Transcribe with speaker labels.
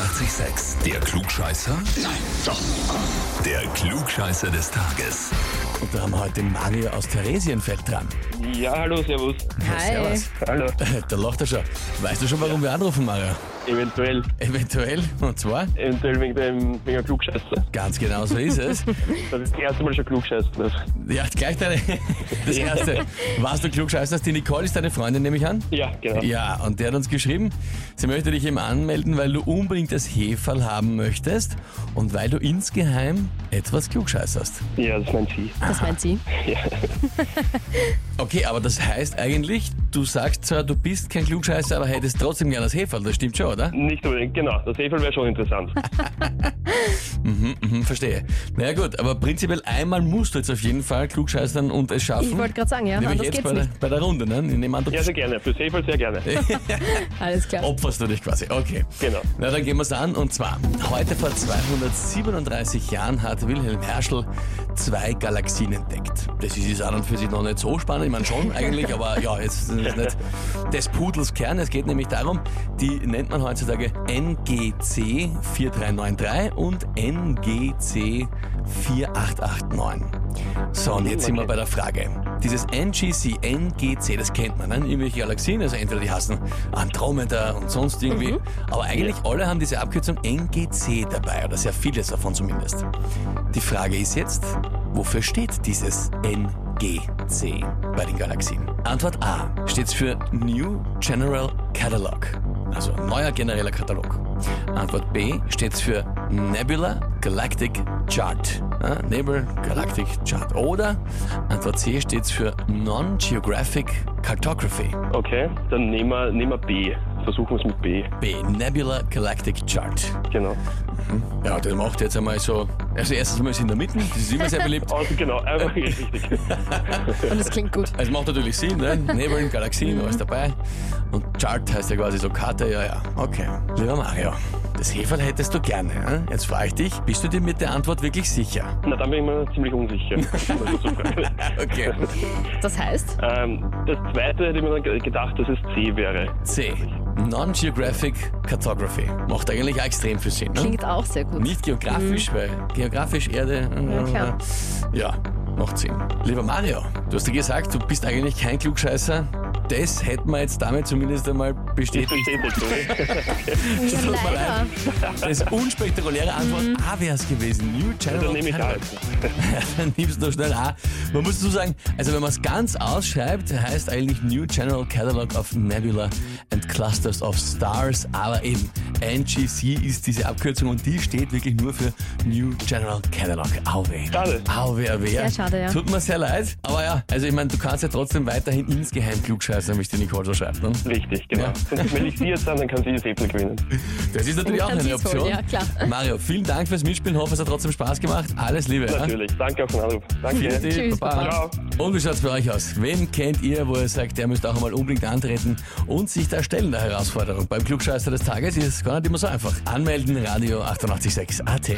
Speaker 1: 886, der Klugscheißer? Nein, doch. Der Klugscheißer des Tages.
Speaker 2: Und da haben wir heute den Mario aus Theresienfeld dran.
Speaker 3: Ja, hallo, servus.
Speaker 2: Ja,
Speaker 4: Hi.
Speaker 2: servus.
Speaker 3: Hallo.
Speaker 2: Da lacht er schon. Weißt du schon, warum wir anrufen, Mario?
Speaker 3: Eventuell,
Speaker 2: Eventuell, und zwar,
Speaker 3: eventuell wegen dem wegen einem Klugscheißer.
Speaker 2: ganz genau so ist es.
Speaker 3: Das ist das erste Mal schon Klugscheißen. Also.
Speaker 2: Ja, gleich deine, das Erste. Warst du klugscheißer? Die Nicole ist deine Freundin, nehme ich an?
Speaker 3: Ja, genau.
Speaker 2: Ja, und der hat uns geschrieben, sie möchte dich eben anmelden, weil du unbedingt das Heferl haben möchtest und weil du insgeheim etwas klugscheißerst.
Speaker 3: Ja, das meint sie.
Speaker 4: Das meint sie.
Speaker 3: Ja.
Speaker 2: Okay, aber das heißt eigentlich, du sagst zwar, du bist kein Klugscheißer, aber hättest trotzdem gerne das Heferl. Das stimmt schon, oder?
Speaker 3: Nicht unbedingt, genau. Das Hefe wäre schon interessant.
Speaker 2: Mhm, verstehe. Naja gut, aber prinzipiell einmal musst du jetzt auf jeden Fall klugscheißern und es schaffen.
Speaker 4: Ich wollte gerade sagen, ja,
Speaker 2: Nämlich
Speaker 4: anders
Speaker 2: jetzt
Speaker 4: geht's
Speaker 2: bei der,
Speaker 4: nicht.
Speaker 2: bei der Runde, ne? Ich nehme an, du
Speaker 3: Ja, sehr gerne. Fürs Hefe sehr gerne.
Speaker 4: Alles klar.
Speaker 2: opferst du dich quasi. Okay.
Speaker 3: Genau.
Speaker 2: Na, dann gehen wir es an. Und zwar, heute vor 237 Jahren hat Wilhelm Herschel zwei Galaxien entdeckt. Das ist jetzt an und für sich noch nicht so spannend. Ich meine schon eigentlich, aber ja, jetzt ist es nicht des Pudels Kern. Es geht nämlich darum, die nennt man heutzutage NGC 4393 und NGC 4889. So, und jetzt sind wir bei der Frage. Dieses NGC, NGC, das kennt man, ne? irgendwelche Galaxien, also entweder die heißen Andromeda und sonst irgendwie, aber eigentlich alle haben diese Abkürzung NGC dabei, oder sehr vieles davon zumindest. Die Frage ist jetzt, wofür steht dieses NGC bei den Galaxien? Antwort A steht für New General Catalog, also neuer genereller Katalog. Antwort B steht für Nebula Galactic Chart. Ja, Nebel Galactic Chart. Oder Antwort C steht für Non-Geographic Cartography.
Speaker 3: Okay, dann nehmen wir, nehmen wir B. Versuchen wir es mit B.
Speaker 2: B. Nebula Galactic Chart.
Speaker 3: Genau.
Speaker 2: Ja, das macht jetzt einmal so. Also erstens mal ist in der Mitte, das ist immer sehr beliebt.
Speaker 3: Also genau, einfach richtig.
Speaker 4: Und das klingt gut.
Speaker 2: Es macht natürlich Sinn, ne? Nebeln, Galaxien, alles dabei. Und Chart heißt ja quasi so Karte, ja, ja. Okay. Lieber Mario, das Heferl hättest du gerne. Hm? Jetzt frage ich dich, bist du dir mit der Antwort wirklich sicher?
Speaker 3: Na, dann bin ich mir ziemlich unsicher. Also, so frei.
Speaker 2: Okay.
Speaker 4: Das heißt,
Speaker 3: ähm, das zweite hätte ich mir dann gedacht, dass es C wäre.
Speaker 2: C. Non-Geographic Cartography. Macht eigentlich auch extrem viel Sinn. Ne?
Speaker 4: klingt auch sehr gut.
Speaker 2: Nicht geografisch, weil geografisch Erde.
Speaker 4: Ja, klar.
Speaker 2: Ja, macht Sinn. Lieber Mario, du hast ja gesagt, du bist eigentlich kein Klugscheißer. Das hätten wir jetzt damit zumindest einmal
Speaker 3: Ich
Speaker 2: bestätigt.
Speaker 3: verstehe das so.
Speaker 2: Das tut mir leid.
Speaker 4: Leider. Mhm.
Speaker 2: Das ist unspektakuläre Antwort A wäre es gewesen. New Channel.
Speaker 3: Dann nehme ich halt. A.
Speaker 2: Dann nimmst du schnell A. Man muss dazu sagen, also wenn man es ganz ausschreibt, heißt eigentlich New General Catalog of Nebula and Clusters of Stars, aber eben NGC ist diese Abkürzung und die steht wirklich nur für New General Catalog. Auwe.
Speaker 3: Schade.
Speaker 2: Auwe, auwe.
Speaker 4: Sehr schade, ja.
Speaker 2: Tut mir sehr leid, aber ja, also ich meine, du kannst ja trotzdem weiterhin insgeheim klugscheißen, wie es die Nicole so schreibt. Ne?
Speaker 3: Richtig, genau.
Speaker 2: Ja.
Speaker 3: Und wenn ich sie jetzt an, dann kann sie das Hefe gewinnen.
Speaker 2: Das ist natürlich auch
Speaker 4: Kann
Speaker 2: eine
Speaker 4: sie's holen,
Speaker 2: Option.
Speaker 4: ja, klar.
Speaker 2: Mario, vielen Dank fürs Mitspielen. Hoffe, es hat trotzdem Spaß gemacht. Alles Liebe. ja?
Speaker 3: Natürlich. Danke auf den Anruf.
Speaker 2: Vielen
Speaker 3: Danke.
Speaker 2: Dank.
Speaker 4: Tschüss,
Speaker 2: Baba.
Speaker 3: Baba.
Speaker 2: Und wie schaut's bei euch aus? Wen kennt ihr, wo ihr sagt, der müsste auch einmal unbedingt antreten und sich da stellen der Herausforderung? Beim Klugscheißer des Tages ist es gar nicht immer so einfach. Anmelden, Radio 886 AT.